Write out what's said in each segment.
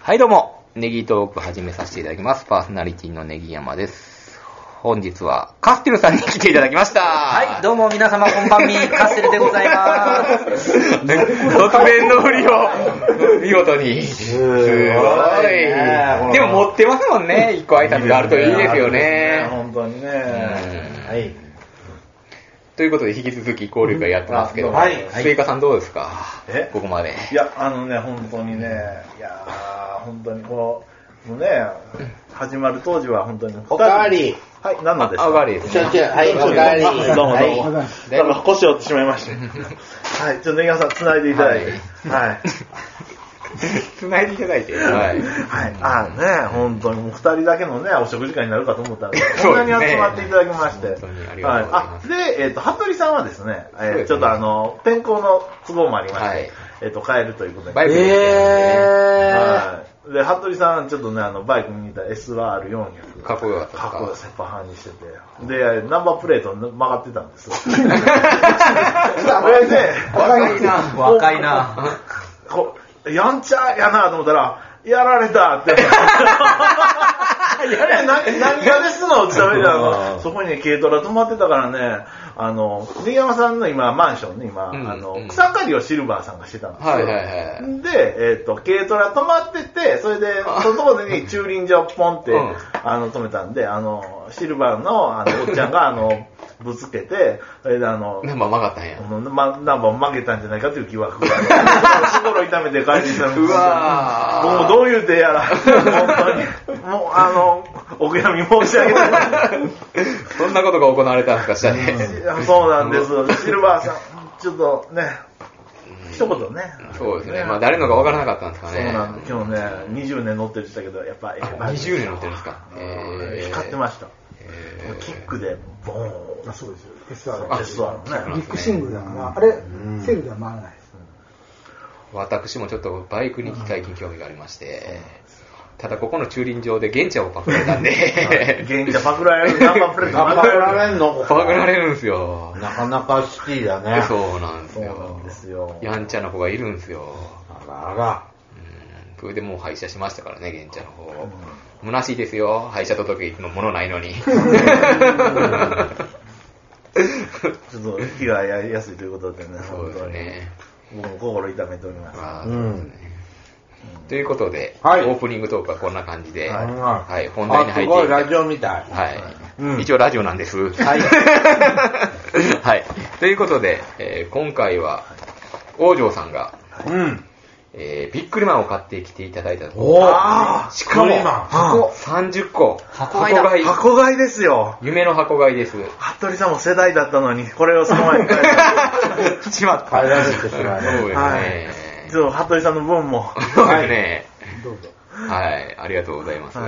はいどうも、ネギトーク始めさせていただきます。パーソナリティのネギ山です。本日はカステルさんに来ていただきました。はい、どうも皆様こん ばんみ、カステルでございます。ね突面の振りを見事に。すごい。でも持ってますもんね、一個挨拶があるといいですよね。本当にね。はい。ということで、引き続き交流会やってますけど、はいスイカさんどうですかえここまで。いや、あのね、本当にね、いやー本当にこの、もうね、始まる当時は本当に。おかわり。はい、何のでしあ、た上がりですちょね。ちょ、はい、どうおもかわり。どうもどうも。はいでだから腰折ってしまい ました。はい、ちょっとねぎさん繋いでいただいて。はい。 繋いでいただいて。はい。はい、あーね、本当にもう二人だけのね、お食事会になるかと思っ たら、こんなにそうですね集まっていただきまして。本当にありがとうございますはいあ、で、えっと、服部さんはですね、えそうでーすちねょっとあの、天候の都合もありましはいて、えっと、帰るということで。バイクではい。で、服部さん、ちょっとね、あの、バイクに似た SR400。かっこよかったですかかっこよかった。パハーにしてて。で、ナンバープレート曲がってた んです。れで、若いな。若いな。こやんちゃやなと思ったら、やられた って。やれな何がですのって言ったらあの、そこにね、軽トラ止まってたからね、あの、根山さんの今、マンションね、今、うんあうんの、草刈りをシルバーさんがしてたんですよ。はいはいはい。で、えっ、と、軽トラ止まってて、それで、そのところに駐輪場ポンって、うんあの、止めたんで、あの、シルバーの、あの、おっちゃんが、あの、ぶつけて、それで、あの、ナンバー曲がったんやこ。のま、ナンバーを曲げたんじゃないかという疑惑が。 心痛めて帰ってきたんですうわーもうどう言うてやら、本当に。もう、あの、お悔やみ申し上げてます。そんなことが行われたんですか、下で。 そうなんです。シルバーさん、ちょっとね、一言ね。 そうですね。まあ誰のか分からなかったんですかそうね。なんです。今日ね、20年乗ってるって言ったけど、やっぱ、あ20年乗ってるんですか。えー光ってました。えキックで、ボーン。あそうですよ。あ SR。そうだろうビ ね。ッグシングルだから、あれ、セールでは回らないです。ー私もちょっとバイクに最近興味がありまして、ただここの駐輪場で現茶をパクられたん で、現地パクられる、ナンバープレート頑張られんのここ パクられるんですよ。なかなかシティだね。 そうなんですそうなよん。ですよ。やんちゃな子がいるんですよ。あらあら。うんそれでもう廃車しましたからね、現茶の方。虚しいですよ、廃車届いつも物ないのに。ちょっと火がやりやすいということでね、そうですね。本当に僕も心痛めております。まあ、うそうでんすね。ということで、はいオープニングトークはこんな感じで、はいはい、本題に入っていあすごい、はラジオみたい。い、うん一応ラジオなんです。はい。 はい。ということで、えー今回は、王城さんが、うん。えービックリマンを買ってきていただいたとこおあーーしかもクリーマン、箱30個、箱買いだ買い、箱買いですよ。夢の箱買いです。服部さんも世代だったのに、これをその前に 買えた。しまっ変えられてしそまうでうすね。ね。はい。ちょっと服部さんの分も。そうですね。どうぞ。はい、ありがとうございます。は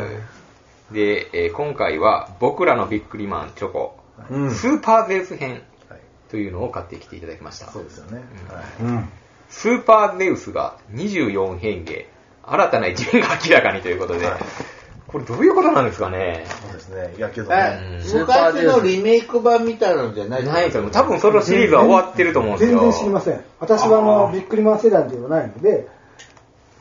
で、えー今回は僕らのビックリマンチョコ、うん。スーパーゼウス編はいというのを買ってきていただきました。そうですよね。はいうん。スーパーゼウスが24変化、新たな一面が明らかにということで、はいこれどういうことなんですかねそうですね。いや、けどね。え、スーパー昔ゼウスのリメイク版みたいなのじゃないないと思う。多分そのシリーズは終わってると思うんです全よ。然知りません。私はあの、ビックリマン世代ではないので、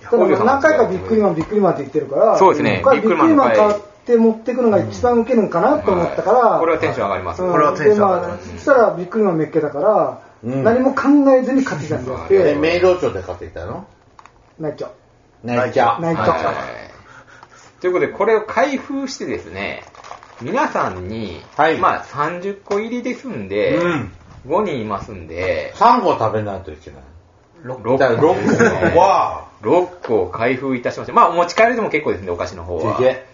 ただいや何回かビックリマン、ビックリマンって言ってるから、そうですね僕はビックリマンビックリマン買って持ってくのが一番ウケるのかなと思ったから、これはテンション上がります。うんこれはテンション上がるでまあそしたらビックリマンめっけだから、うん何も考えずに買ってきたんじゃなくうんえ、て、明道町で買っていたのないっちゃう。泣いちゃう。泣いちゃうはいということで、これを開封してですね、皆さんに、はいまあ30個入りですんで、うん5人いますんで、 3個食べないといけない。 6だから個6個は、 6個を開封いたしました。まあお持ち帰りでも結構ですね、お菓子の方は。でけ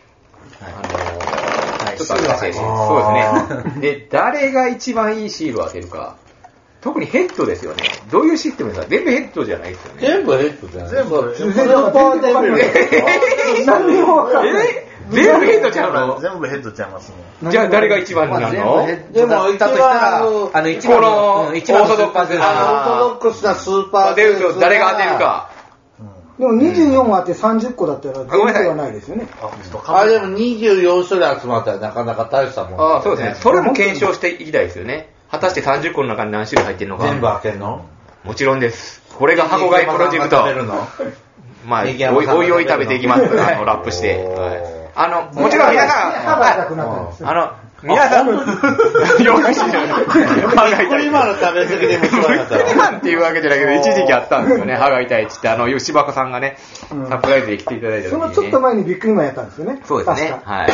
あのーはいちょっと難しいです。シそうですね。で、誰が一番いいシールを当てるか。特にヘッドですよね。どういうシステムですか全部ヘッドじゃないですよね。全部ヘッドじゃない全部全部 何にもわかんない。え全部ヘッドちゃうの全部ヘッドちゃいますね。じゃあ誰が一番になるの、ででもも、一一番番、あの、一番このうん一番オーソドックスなな。あのオーソドックスなスーパー出るウとス誰が当てる。か。でも24あって30個だったら、全部はないですよね。あ、ちょっとかあ、でも24種類集まったらなかなか大したもんだねああ、そうですね。それも検証していきたいですよね。果たして30個の中に何種類入ってるのか。全部開けんのもちろんです。これが箱買いプロジェクト。食べるのまあ、ネギ山おいさんがおいおい食べていきます。食べるのあの、ラップして。おーはいあの、もちろん皆さん、歯がは痛くなったんですいよ。あの、皆さん、よく知る。歯が痛い。今の食べ過ぎでもそうだった9時 ら。半っていうわけじゃないけど、一時期あったんですよね、歯が痛いっつって、あの、吉箱さんがね、うんサプライズで来ていただいた時そに、ね。のちょっと前にビックリマンやったんですよね。そうですね。確かはい。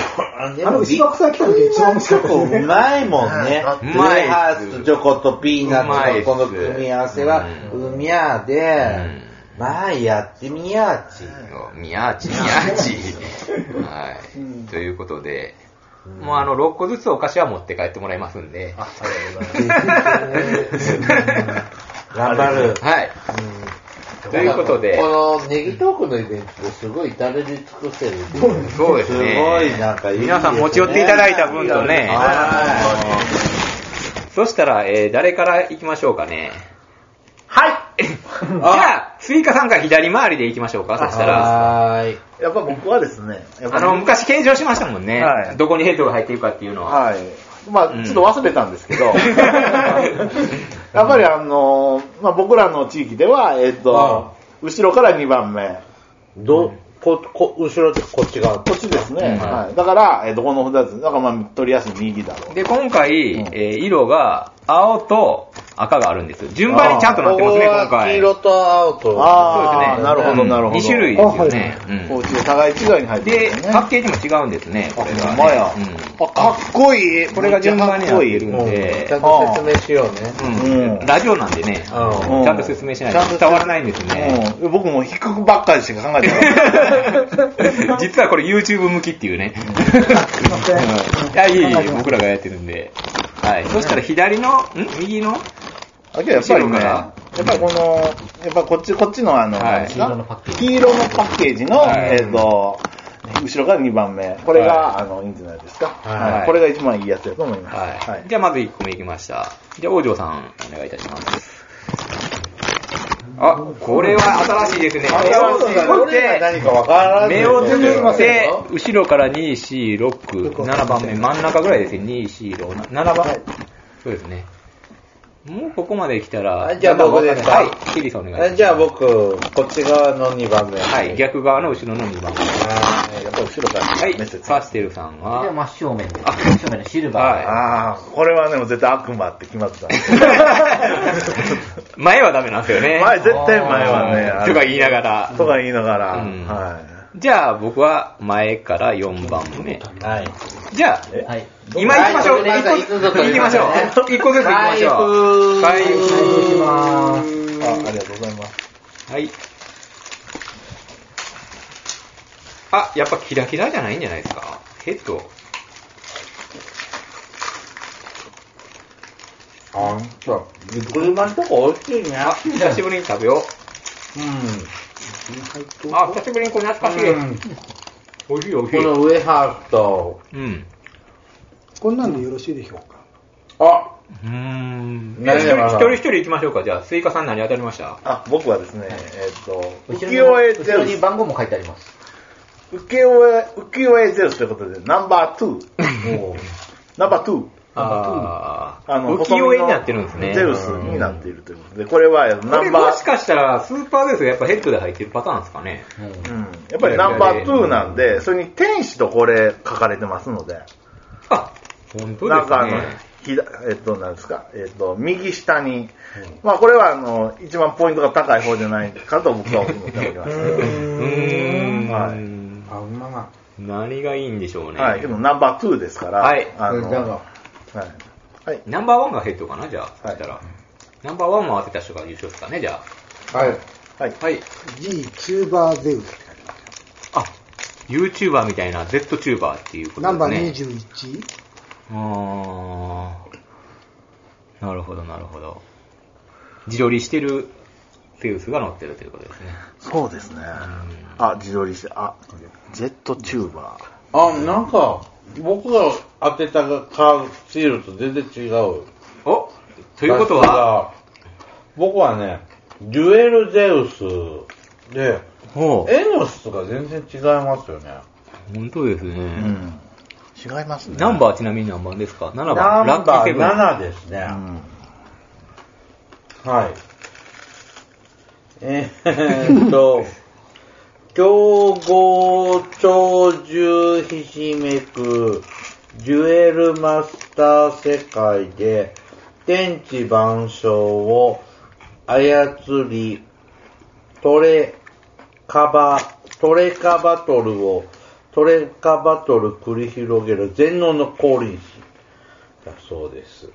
あの、牛箱さん来た時が一番面白かったですうね。まいもんね。ううままいっすい。ハーツとチョコとピーナッツのこの組み合わせは、ううみゃーで、まあやってみやーち。宮地、宮地。はい、うんということで、もうあの、6個ずつお菓子は持って帰ってもらいますんで。あ、ありがとうございます。頑張る。 はい。ということでこ、のネギトークのイベントですごい至れり尽くせる。そうですね。すごいなんかいいですね皆さん持ち寄っていただいた分とね。はそしたら、えー誰から行きましょうかね。はい じゃあ、スイカさんから左回りで行きましょうか、そしたら。はーい。やっぱ僕はですね、やっぱあの、昔検証しましたもんね。はいどこにヘッドが入っているかっていうのは。はい。まあ、うんちょっと忘れたんです けど、やっぱりあの、まあ僕らの地域では、えっと、後ろから2番目。ど、こ、こ、後ろってこっち側。こっちですね。うんはい。だから、えっと、この2つ。だからまあ、取りやすい右だろう。で、今回、うんえー色が青と赤があるんです。順番にちゃんとなってますね、ここは今回。黄色と青と。そあうですあ、ねなるほど、なるほど。 2種類ですよね。こうち互い違いに入うんってるでん、パッケージも違うんですね、これが、ほんね。まやうんあ、かっこいい。これが順番になってるんうんでちゃんと説明しようね。うんうんラジオなんでね、ちうんゃんと説明しないちゃんとと伝わらないんですね。うん、僕も低くばっかりしか考えてない。 実はこれ YouTube 向きっていうね。すいません。 いや、いえいえ、僕らがやってるんで。はい。そしたら左の、ん右のだけどやっぱり後ろね、からやっぱりこの、やっぱこっち、こっちのあの、はいなんですか黄色の黄色のパッケージの、はいえっ、と、後ろが2番目。これが、はあの、いいんじゃないですか、はいはいこれが一番いいやつだと思います。はい。はいじゃあまず1個目いきました。じゃあ、王女さん、お願いいたします。あ、これは新しいですね。あ目をそうだどつれがけ何かわからて、ない。目をつまぶっせてん、後ろから2、4、6、7番目、真ん中ぐらいですね。2、4、6、7番はいそうですね。もうここまで来たはら、いじゃあ僕ですかはい、キリさんお願いします。じゃあ、僕、こっち側の2番目。はい、逆側の後ろの2番目。あやっぱり後ろからはい、メッセージ。パステルさんで、は、真正面で。真正面のシルバー。はいああ、これはね、もう絶対悪魔って決まって たんですよ 前はダメなんですよね。前、絶対前はね、あとのか言いながら。とか言いながら、うんはじゃあ僕は前から4番目。ーはい。じゃあ、えはい。今行きましょう。はい一個ごめんなさい行きましょう。一個ずつ行きましょう。財財布布い。あありがとうございます。はい。あ、やっぱキラキラじゃないんじゃないですか。ヘッド。あんた、ビックリマンとこ美味しいね。あ、久しぶりに食べよう。あ、久しぶりにこれ懐かしい。うん美味しい美味しこい。のウェハースと、うん。こんなんでよろしいでしょうか。あ、うーん。何一人が一人一人行きましょうか。じゃあ、スイカさん何当たりましたあ、僕はですね、えっ、と、浮世絵ゼ後ろロに番号も書いてあります。浮世絵、浮世絵ゼロということで、ナンバー2。ナンバー2。ああの、浮世絵になってるんですね。ゼウスになっているということで、これはこナれンもバしー、かしたら、スーパーゼウスがやっぱヘッドで入ってるパターンですかね。うん、やっぱりナンバー2なんで、それに天使とこれ書かれてますので、あ、本当でなんすかあのね。、ひだえっと、なんですか、えっと、右下に、まあこれはあの、一番ポイントが高い方じゃないかと僕は思っております。うーん。はあ、うまが。何がいいんでしょうね。はい、けどナンバー2ですから、はいあの、なんはかい。はい。ナンバーワンがヘッドかな、じゃあ、そはいしたら。ナンバーワンも当てた人が優勝ですかね、じゃはい。はいあ。。はい。 G、チューバーゼウス。あ、YouTuber みたいな ZTuber っていうことですね。ナンバー21。あーなるほど、なるほど。自撮りしてるゼウスが乗ってるということですね。そうですね。あ、自撮りして、あ、ジェットチューバー。あ、なんか、僕が当てたカーシールと全然違う。おということは、僕はね、デュエルゼウスで、ほうエノスとか全然違いますよね。本当ですね。うん。違いますね。ナンバーちなみに何番ですか ?7 番。ナラッンバキーーセブン。 7ですね。はい。えーっと、競合鳥獣ひしめくデュエルマスター世界で天地万象を操りトレカバトレカバトルをトレカバトル繰り広げる全能の降臨神だそうです、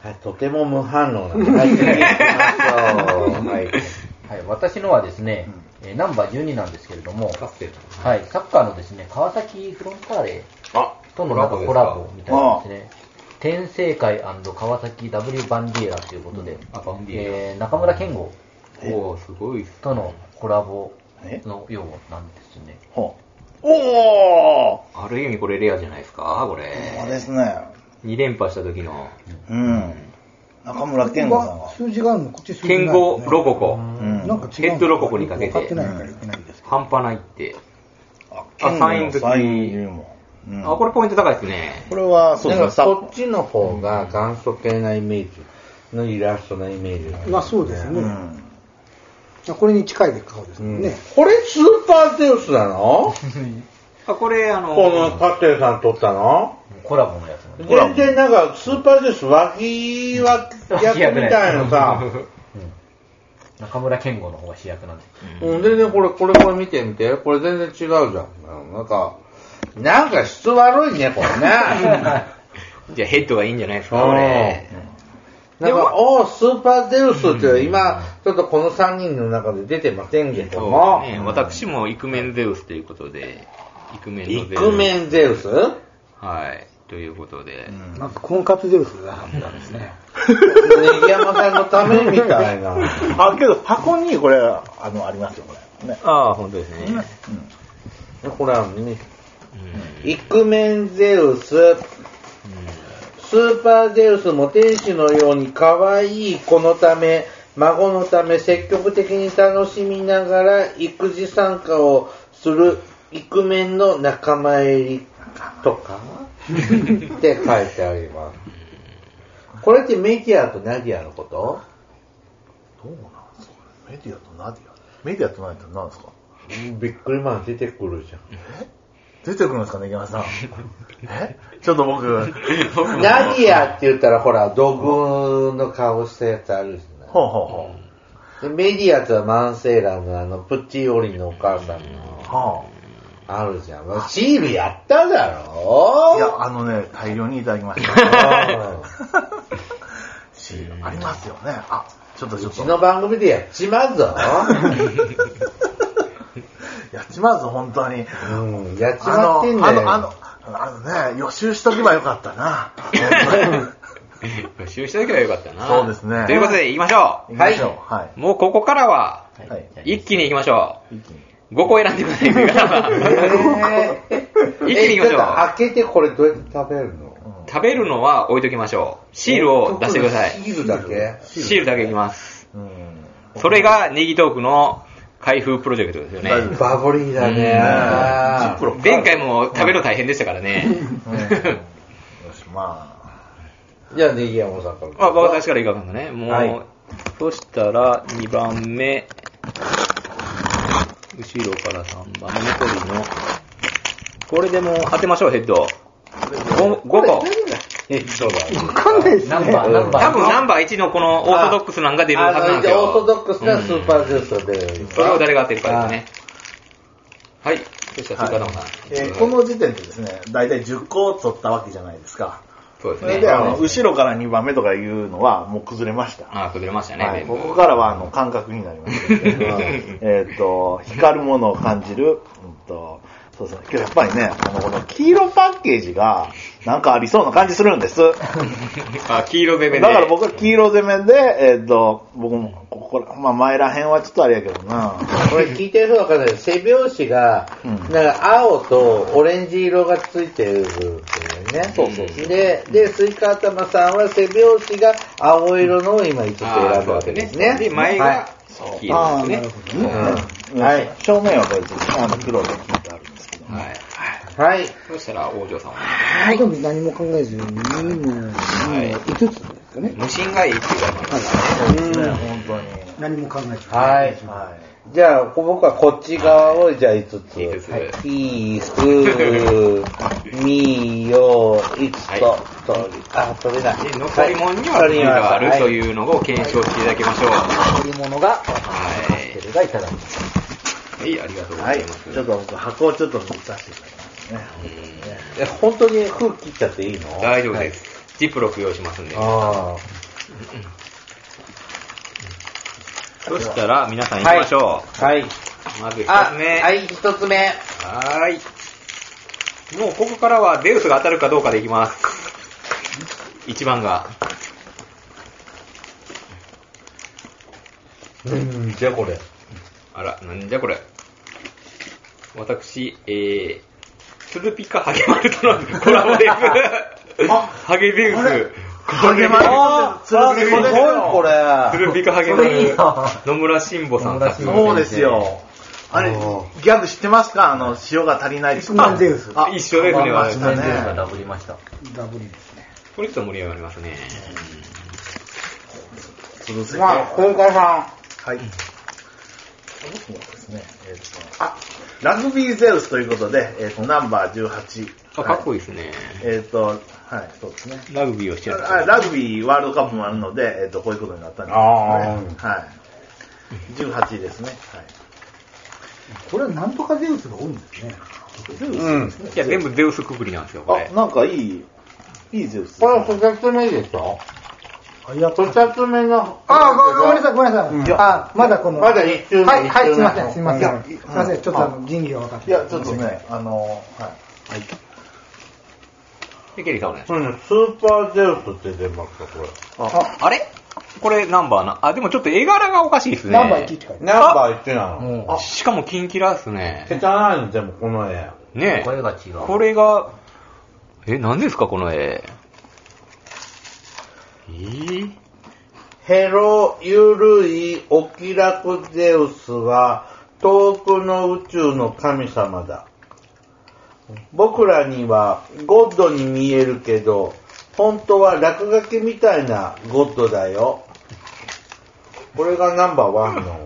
はい、とても無反応なんで、はい、次行き ましょう。はい。はい、私のはですね、えーナンバー12なんですけれども、はい、サッカーのですね、川崎フロンターレあとのなんかコラボみたいなんですね。天聖会川崎 W バンディエラということで、あバンディエラえー中村健吾おーすごいっすとのコラボのようなんですね。ほおおある意味これレアじゃないですかこれう。そうですね。 2連覇した時のうん。中村健吾さんは。数字があるのこっち数字ない剣豪ロココうんなんか違うヘッドロココにかけて分かってないからいけないんですけ半端ないってあ、あサイン好きサイン入りも。うんあこれポイント高いですねこれは、そうなでんかすね。そっちの方が元祖系なイメージのイラストなイメージがあど。るまあそうですうね。ん。これに近いで顔ですうんね。これスーパーゼウスなのあこれあのこのカッテルさん撮ったのコラボのやつなんでほら全然なんかスーパーゼウス脇役みたいのさ、中村健吾の方が主役なんです。 うん、全然これ、これこれ見てみて、これ全然違うじゃん。なんか、なんか質悪いね、 これね。じゃあヘッドがいいんじゃないですかこれなんか、おースーパーゼウスっていうのは今、ちょっとこの3人の中で出てませんけどそうも、ね私もイクメンゼウスということでイクメンイのゼウスクメンゼウスはいということで、なんか婚活ゼウスなんですね。ネギ山さんのためみた いな。あ、けど箱にこれ、あの、ありますよ、これ。ね。ああ本当ですね、ほら、ね、イクメンゼウス、スーパーゼウスも天使のように可愛い子のため、孫のため積極的に楽しみながら育児参加をするイクメンの仲間入りとかって書いてあります。これってメディアとナディアのことどうなんですかメディアとナディアメディアとナディアって何ですかびっくりマン出てくるじゃん。出てくるんですかね、池山 さん。えちょっと僕、ナディアって言ったらほら、土偶の顔したやつあるじゃない。ほうほうほでメディアとはマンセーラーのあの、プッチオリのお母さんう。はの、あるじゃん。シールやっただあ、ろいや、あのね、大量にいただき ました。シールありますよね。あ、ちょっとちょうっちと。の番組でやっちまうぞ。 やっちまうぞ、本当に。うん、やっちあまの、ってんあだよ。の、あの、あのね、予習しとけばよかったな。予習しておけばよかったなそうですねということで行きましょ行きましょう。は。うもうここからはいはい。一気に行きましょ一気に。う5個選んでください上からはえー一気に行きましょうえちっと開けてこれどうやって食べるの食べるのは置いときましょうシールを出してくださいシールだけシールだけいきますうん。それがネギトークの開封プロジェクトですよね大丈夫バブリーだうんね。あー前回も食べるの大変でしたからね うん。よし、まじゃあ、ネギ山さんから。あ、私からいかがかね。もう、はいそしたら2番目、後ろから3番目、残りの、これでもう当てましょう、ヘッド。5, 個。えっと、わかんないですね。ナンバー、ナンバー。多分ナンバー1のこのオーソドックスなんが出るはずなんですあのよ。オーソドックスなうんスーパージュースが出る。それを誰が当てるかですね。はい。そしたら、スイカさん。あ、えーこの時点でですね、大体10個取ったわけじゃないですか。そうでそすねれで、。あの、後ろから2番目とかいうのは、もう崩れました。あ、崩れましたね、はい、全部ここからはあの感覚になりますので、えっと、光るものを感じる、うんと、そうですね。けどやっぱりね、あの、この黄色パッケージが、なんかありそうな感じするんです。だ かあ、黄色攻めで。ら僕は黄色攻めで、えっ、と、僕も、ここら、まあ前ら辺はちょっとあれやけどな。これ聞いてる人わかんないけど背表紙が、うんなんか青とオレンジ色がついてるんだよね。そうそうそうで、で、スイカ頭さんは背表紙が青色のを今5つ選ぶわけですね。で、前が黄色ですね。うんはい。正面はこれです、あの、黒で切ってあるんですけど。はい。はい。そしたら、王女さんは。ほとんど何も考えずに、2も、い5つですかね。無心がいいって言われましたね。そうですね、本当に。何も考えては。ないじゃあ、僕はこっち側を、じゃあ5つ。いいですはいピース、みよ、いつと、と、あ、取れない。で残り物にははい罪があるはいというのを検証していただきましょう。贈り物が、はカステルがいただきます。い。はい、ありがとうござはいい。ます。ちょっと僕箱をちょっと見させていただきますね。え本当に封切っちゃっていいの大丈夫です。ジップロック用意しますんで。あそしたら、皆さん行きましょあ。はい。う。まず一あ、つ目。はい、一つ目。はーい。もうここからはデウスが当たるかどうかでいきます。一番が。うん、じゃあこれ。あら、なんじゃこれ。私、えー、鶴ピカハゲマルとのコラボです。ハゲデウス。これあー、すごいこれ。鶴ピカハゲマル。野村慎吾さん作品。そうですよ。あれ、ギャグ知ってますかあの、塩が足りないです100万ゼウスあ一緒ですね、あ私真面面目接ねがダブりました。ダブルですね。これちょっと盛り上がりますね。潰せて。まあ、は本川さい。そうですね。えっと、あ、ラグビーゼウスということで、えっと、ナンバー18。あ、かっこいいですね。えっと、はい、そうですね。ラグビーをしてる。あラグビーワールドカップもあるので、えっと、こういうことになったんです、ね。はい。18ですね。はい。これはなんとかゼウスが多いんですね。ん。うん。いや、全部ゼウスくくりなんですよ、これあ、。なんかいい、いいゼウス。これ二つ目でしょあ、やっぱ。二つ目の。あ、ごごめんなさい、ごめんなさい。うんあ、まだこの。まだ一周目はい、はい、一周すい目ません、すいません。いすやいません、ちょっとあの、仁義が分かっていないや、ちょっとね、あの、はい。で、ケリーさんお願いします。うん、スーパーゼウスって出ますか、これ。ああれこれナンバーな。あ、でもちょっと絵柄がおかしいですね。ナンバー1って書いてナンバー1なの。もあしかもキンキラっすね。汚いの、でもこの絵。う、ねえ声が違う。これが、え、何ですかこの絵。えー、ヘロゆるいお気楽ゼウスは遠くの宇宙の神様だ。僕らにはゴッドに見えるけど、本当は落書きみたいなゴッドだよ。これがナンバーワンの。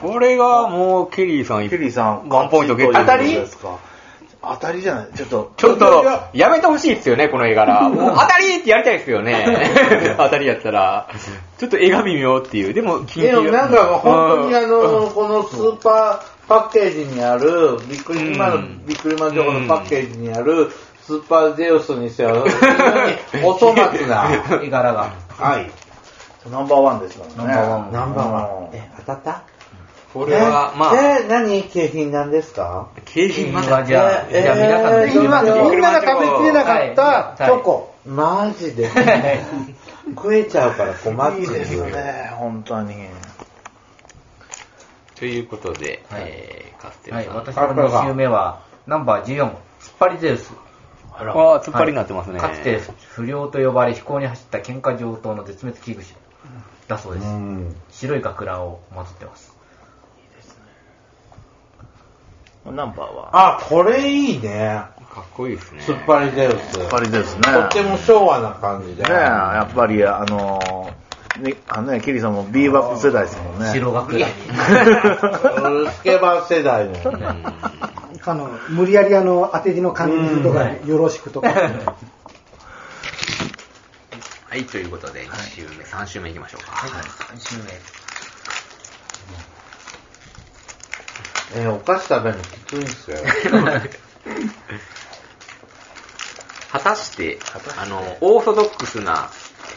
これがもうケリーさんケリーさん、ワンポイントゲット。当たりちですか当たりじゃないちょっと、ょっと、やめてほしいっすよね、この絵柄。もう当たりってやりたいっすよね。当たりやったら。ちょっと絵が微妙っていう。でも、キンキでラ。もなんか本当にあうんの、このスーパーパッケージにある、ビックリマうン、んビックリマン情報のパッケージにある、スーパーゼウスにして は、非常にお粗末な。絵柄が。はい。ナンバーワンですからね。ナンバーワンナンバーワン。ン。え、当たったこれは、まあ、え、何景品なんですか景品ま今はだじゃあ、えーじゃあ皆さんえでーる。今、えーみんなが食べきれなかったチョコ。マジ で。食えちゃうから困っていいでする。ね、本当に。ということで、はいえー、カステルはい、さん。私の2周目は、ナンバー14、突っ張りゼウス。あら、突っ張りになってますね。かつて不良と呼ばれ飛行に走った喧嘩上等の絶滅危惧種だそうです。ん。白い学ランをまとってます。ナンバーはあ、これいいね。かっこいいですね。突っ張りゼウス。やっぱりですね。とっても昭和な感じで。ねやっぱり、あの、ね、あのね、ケリーさんもビーバップ世代ですもんね。白学ランうんスケバン世代の。あの、無理やりあの、当て字の漢字とかね、よろしくとか。はい、ということで、2週目、3週目いきましょうか。 3周目。えーお菓子食べるのきついんすよ。果たして、あの、オーソドックスな、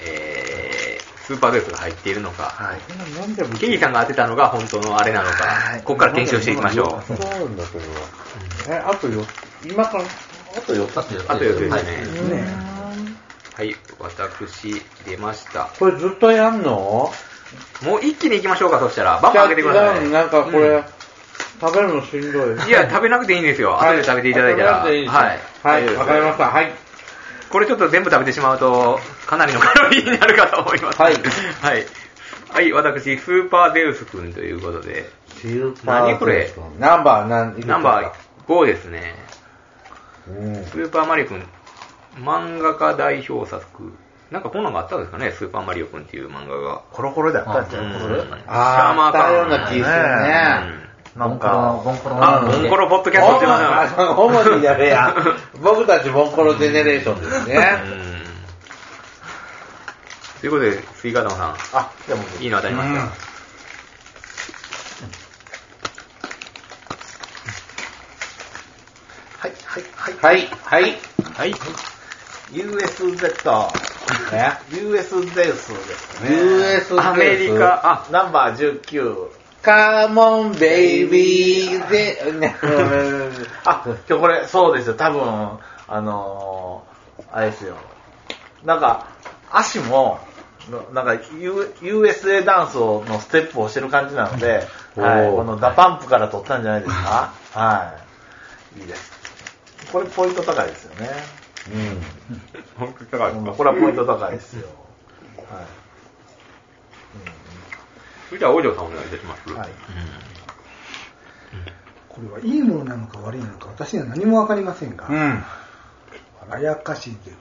えー、スーパーベースが入っているのか、はい。なんでもケリーさんが当てたのが本当のあれなのはかい、ここから検証していきましょう。そうなんだけど。え、あとよ、今から、あとよ、かつてあとよろしいですはいね。はい、私、出ました。これずっとやんのもう一気に行きましょうか、そしたら。バンバン上げてください。なんかこれ、食べるのしんどい。いや、食べなくていいんですよ。後で食べていただいたら。食べなくていいですはい。はい、わかりました。はい。これちょっと全部食べてしまうと、かなりのカロリーになるかと思います。はいはい。はい、私、スーパーゼウス君ということで、何これナンバー何いくつだナンバー5ですね。うんスーパーマリオ君、漫画家代表作、なんかこんなのがあったんですかね、スーパーマリオくんっていう漫画が。コロコロであったんちゃうコロコロあー、あったような気するねね。なんか、ボンコロあ、ボンコロボンコロポッドキャストってな。主に主にやべえや。僕たちボンコロジェネレーションですうね。んということで、スイカ玉さあ、じゃあもん、いいの当たりました。はい、はい、はい。はい、はい。はい。 USZ。USZ ですね。 US アメリカ、あ、ナンバー19。カモンベイビーゼ、 ね、あ、今日これ、そうですよ。多分、あのーあれですよ。なんか、足も、のなんか、U、USA ダンスをのステップをしてる感じなので、おーはい、このダパンプから取ったんじゃないですか。はい。いいです。これポイント高いですよね。本当に高いうんこれはポイント高いですよ。はい。じゃあ、王女さんお願いいたします。はいこれはいいものなのか悪いのか、私には何もわかりませんが、うん。あやかしいです。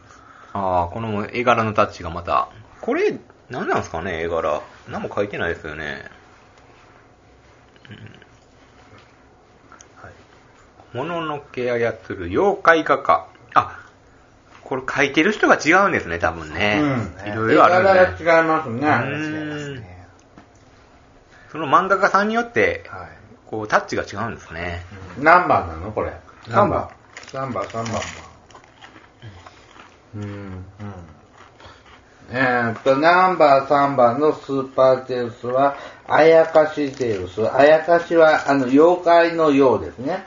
ああ、この絵柄のタッチがまた。これ、何なんですかね、絵柄。何も書いてないですよね。もののけ操る妖怪画家。あ、これ書いてる人が違うんですね、多分ね。うん。いろいろあるん絵で、ね。柄が違いますね。うんその漫画家さんによって、はい。こう、タッチが違うんですね。何番なのこれ。 3番。 3番、3番。うん。えーっと、ナンバー3番のスーパーゼウスは、あやかしゼウス。あやかしは、あの、妖怪のようですね。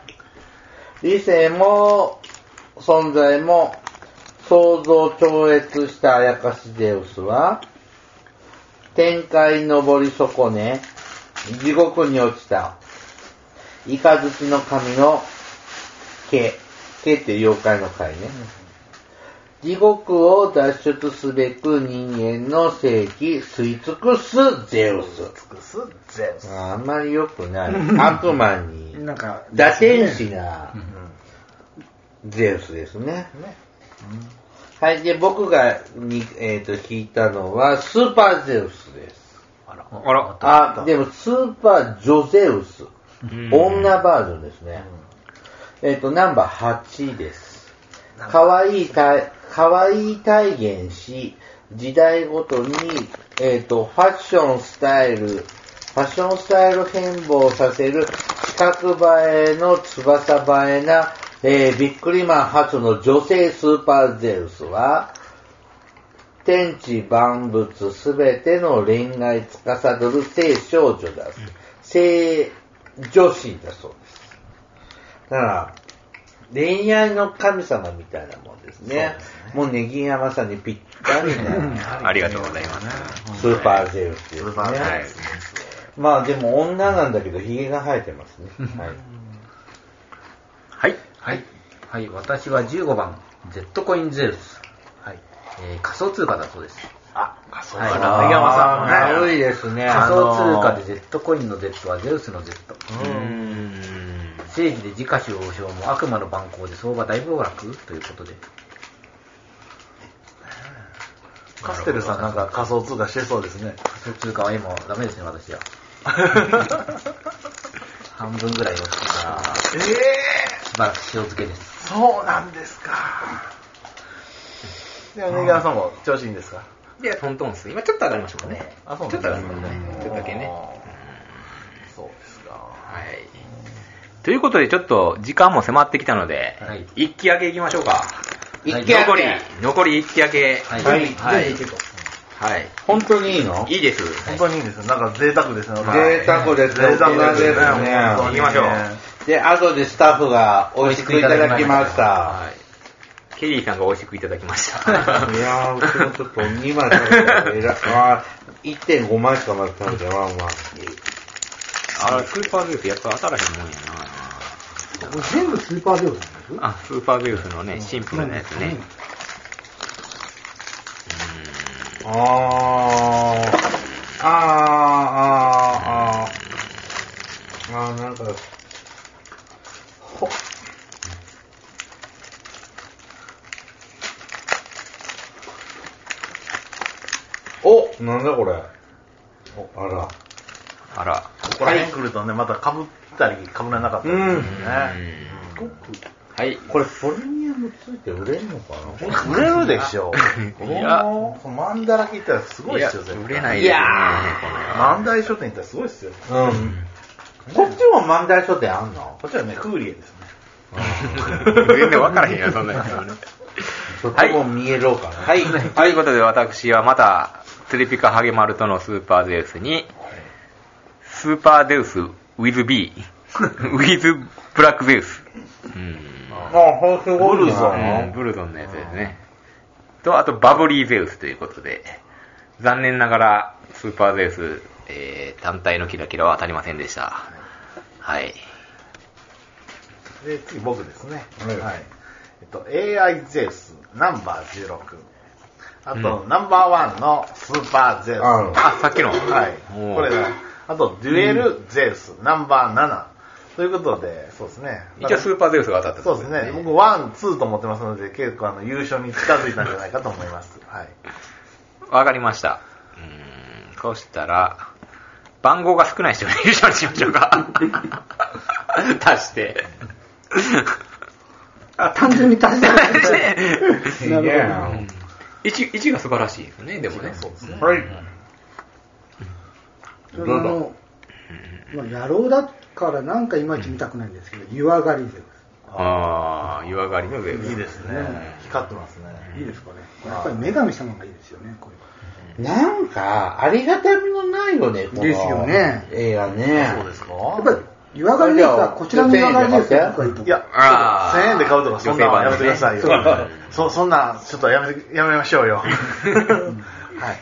理性も、存在も、想像を超越したあやかしゼウスは、天界上り損ね、地獄に落ちた、イカズチの神の毛、毛って妖怪の怪ね。地獄を脱出すべく人間の正義吸い尽くすゼウス。くすゼウス。あんまり良くない。悪魔に、なんか、打天使なゼウスですね。はい、で、僕がに、えー、と聞いたのは、スーパーゼウスです。あら、あ、でも、スーパージョゼウス。女バージョンですね。えっ、と、ナンバー8です。かわいい体、かわいい体現し、時代ごとに、えっ、と、ファッションスタイル、ファッションスタイル変貌させる、四角映えの翼映えな、えー、ビックリマン初の女性スーパーゼウスは、天地万物すべての恋愛司る聖少女だ。聖女子だそうです。だから、恋愛の神様みたいなもんですね。もうネギ山さんにぴったりなありがとうございます。スーパーゼウスですね。はい。まあでも女なんだけどヒゲが生えてますね。はい、はい。はい。はい、私は15番、Z コインゼウス。はい。えー仮想通貨だそうです。あ、あ、そうはいかな。杉山さんもね。あー悪いですね。仮あ想の通貨で Z コインの Z はゼウスの Z。うーん。正義で自家主王将も悪魔の蛮行で相場大暴落ということで。カステルさんなんか仮想通貨してそうですね。仮想通貨は今はダメですね、私 は。半分ぐらい落ちてから、ええしばらく塩漬けです。そうなんですか。で、ネギ山さんも調子いいんですかで、トントンっす。今ちょっと上がりましたもんね。あ、そうちょっと上がなりんましたね。ねちょっとだけね。そうですか。はい。ということで、ちょっと時間も迫ってきたので、はい一気上げいきましょうか。一気残上りげ、残り一気上げ。はい。はいはい。はい。本当にいいのいいです。本当にいいですね。なんか贅沢ですね。贅沢ですね贅沢ですね。大人です本ね当にね行きましょうで、後でスタッフが美味しくいただきました。はい。ケリーさんが美味しくいただきました。いやー、うちもちょっと2枚食べたら偉い。あー1.5枚しかまだ食べてない、まあまあ。 あ、スーパーゼウスやっぱ当たらへんもんやこれ全部スーパーゼロなんですな。あ、スーパーゼウスのね、シンプルなやつね。あー、あー、あー、あー、あー、なんか、ほなんだこれ。おあら。あら。ここら辺来るとね、また被ったり、被らなかったりするんですよね。はい。これ、ソルミアムついて売れんのかな売れるでしょ。いやこのマンダラキ行ったらすごいいでやすよ、絶、売対。れないですよね。 マンダイ書店行ったらすごいですよ。うん。こっちも漫才書店あんのこっちはね、クーリエですね。全然わからへんや、そんなやつはね。そっちも見えろうかな。はい。ということで、私はまた、テレピカハゲマルとのスーパーゼウスに、スーパーゼウスウィズ B、ウィズブラックゼウス。うん。あ、ほんすごいな。うんブルゾンのやつですね。と、あと、バブリーゼウスということで、残念ながら、スーパーゼウス、えー単体のキラキラは当たりませんでした。はい。で、次僕ですね。はい。えっと、AI ゼウス、ナンバー16。あと、ナンバーワンのスーパーゼウス。ああ、さっきの。はい。おーこれだ。あと、デュエルゼウス、ナンバー7。ということで、そうですね。一応、スーパーゼウスが当たったってそこうとですね。僕、ワン、ツーと思ってますので、結構あの優勝に近づいたんじゃないかと思います。はい。わかりました。うーん、そうしたら、番号が少ない人が優勝にしましょう か。足して。あ、単純に足してる。すげえなな。 1, 1が素晴らしいですね、でもね。そうですね。はい。それはあの、まあ、野郎だからなんかいまいち見たくないんですけど、湯上がりゼウああ、湯上がりのゼウス。いいですね。光ってますね。ス。いいですかね。やっぱり女神様がいいですよね、これは。なんか、ありがたみのないよね、このですよね映画ね。そうですかやっぱり湯上がりゼウスはこちらの湯上がりゼウスが僕はいいと思ういや、あー1000円で買うとか、そんなのやめてくださいよ女性版ね。そそんな、ちょっとやめてやめましょ うよ。は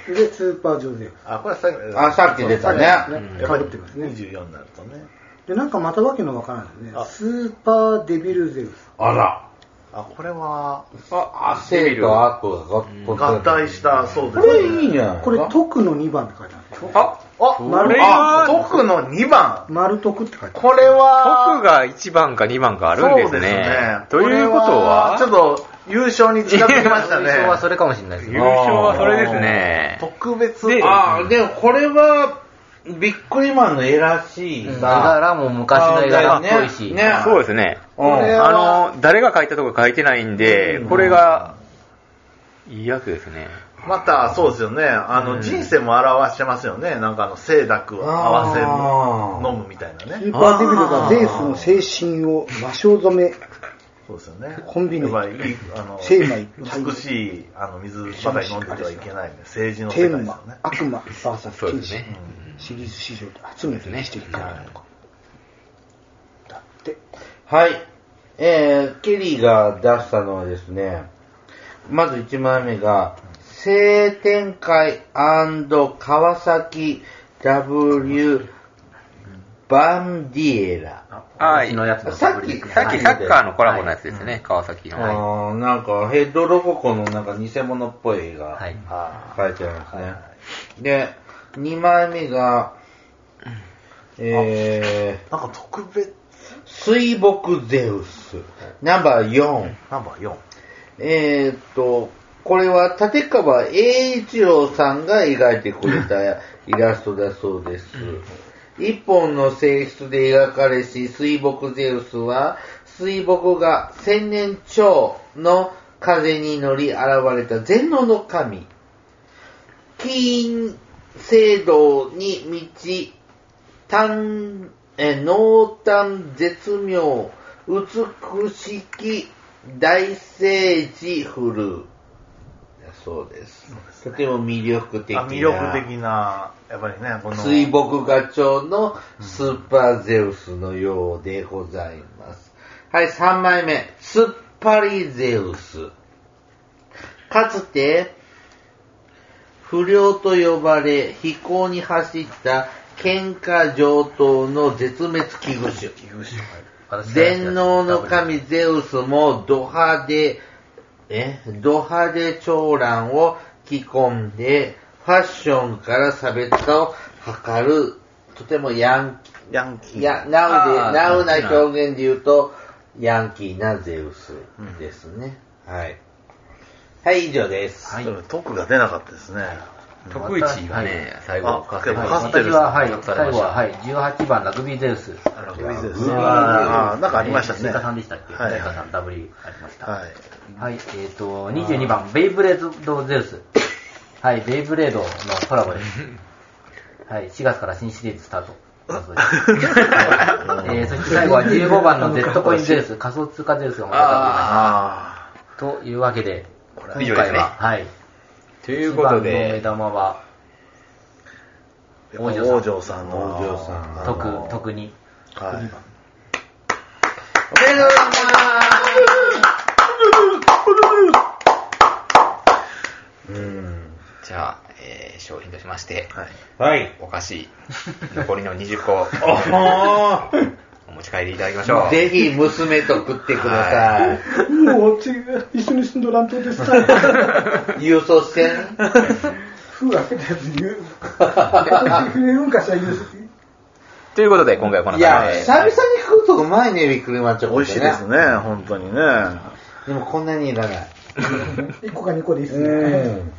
い。で、スーパージョーゼウあ、これさっき、あ、さっき出たスね。ね。やっかぱぶりってますね。 24になるとね。で、なんかまたわけのわからないねあ。スーパーデビルゼウス。あら。あ、これは、あ、生と悪が合体ししたそうこですれいいんじゃないこれ、徳の2番って書いてあるんですよ。あ、あ、これはあ徳の2番。丸徳って書いてある。これは、僕が1番か2番かあるんですね。ということは、ちょっと優勝に近づきました ね。優勝はそれかもしれないです優ね。勝はそれですね。特別であ、でもこれは、ビックリマンの絵らしいだかさ。らもう昔の映画っぽいし。ねねそうですね。うんれはあの、誰が書いたとか書いてないんで、これが、いいやつですね。また、そうですよね。あの、人生も表してますよね。なんかあの、清濁を合わせる、飲むみたいなスーね。パーデビルがゼウスの精神を魔性染め、そうですよね。コンビニやっぱり、あの、聖米一体美しい、あの、水ばかり飲んでてはいけないね。政治の世天界ですよ魔ね、。悪魔、バーサスそう禁です止ね。シリーズ史上で初めてね、してるからとか。だって、はい。えー、ケリーが出したのはですね、まず1枚目が、性展開川崎 W バンディエラ。はい。昔のやつのさっき、さっきサッカーのコラボのやつですね、川崎の。はいあーなんかヘッドロボコのなんか偽物っぽい絵がはい。書いてありますね。で、2枚目が、えなんか特別、ー、水墨ゼウス、ナンバー4。ナンバー4。えーっと、これは立川栄一郎さんが描いてくれた イラストだそうです。一本の性質で描かれし、水墨ゼウスは、水墨が千年長の風に乗り現れた全能の神。金聖堂に満ち、単、え、濃淡絶妙、美しき大聖地フル。だそうです。とても魅力的な。あ魅力的な、やっぱりね、この、水墨画調のスーパーゼウスのようでございます。はい、3枚目。スッパリゼウス。かつて、不良と呼ばれ、飛行に走った喧嘩上等の絶滅危惧種。全能の神ゼウスもド派手、え、ド派手長蘭を着込んで、ファッションから差別化を図る、とてもヤンキヤンキー、ー。や、ナウで、あーナウな表現で言うと、ヤンキーなゼウスですね。はい。はい、以上です。はい、特が出なかったですね。徳一がね、最後、カステルはい、カステ私ルは、はい、カステル最後は、はい、18番ラグビーゼウス。ラグビーゼウスああーなんかありましたねスイカさんでしたっけスイはいカさん、ダブリありました。はい。はい、えっ、と、22番、ベイブレードゼウス。はい、ベイブレードのコラボです。はい、4月から新シリーズスタート。だそうですはいえーそして最後は15番の Z コインゼウス、仮想通貨ゼウスがまたあ出てきましたというわけで、今以上です回ねは、はい、 ということ一番の目で、玉は、ー王女さん王女さんの。王女さんあの特、特に。はい。おめでとうございじゃあ、えー商品としまして、はい。はい。お菓子、残りの20個 をあお持ち帰りいただきましょあ。う。ぜひ娘と食ってくださもう違う、一緒に住んどらんとですから。い。郵送して。封開けたやつに言う。くれるんかしら言う。ということで、今回はこのいや、辺久々に食うとうまいね、ビックリマンチョコ美っ味していです。ね、本当にね。でもこんなにいらない。一個か二個でいいっすね。うん。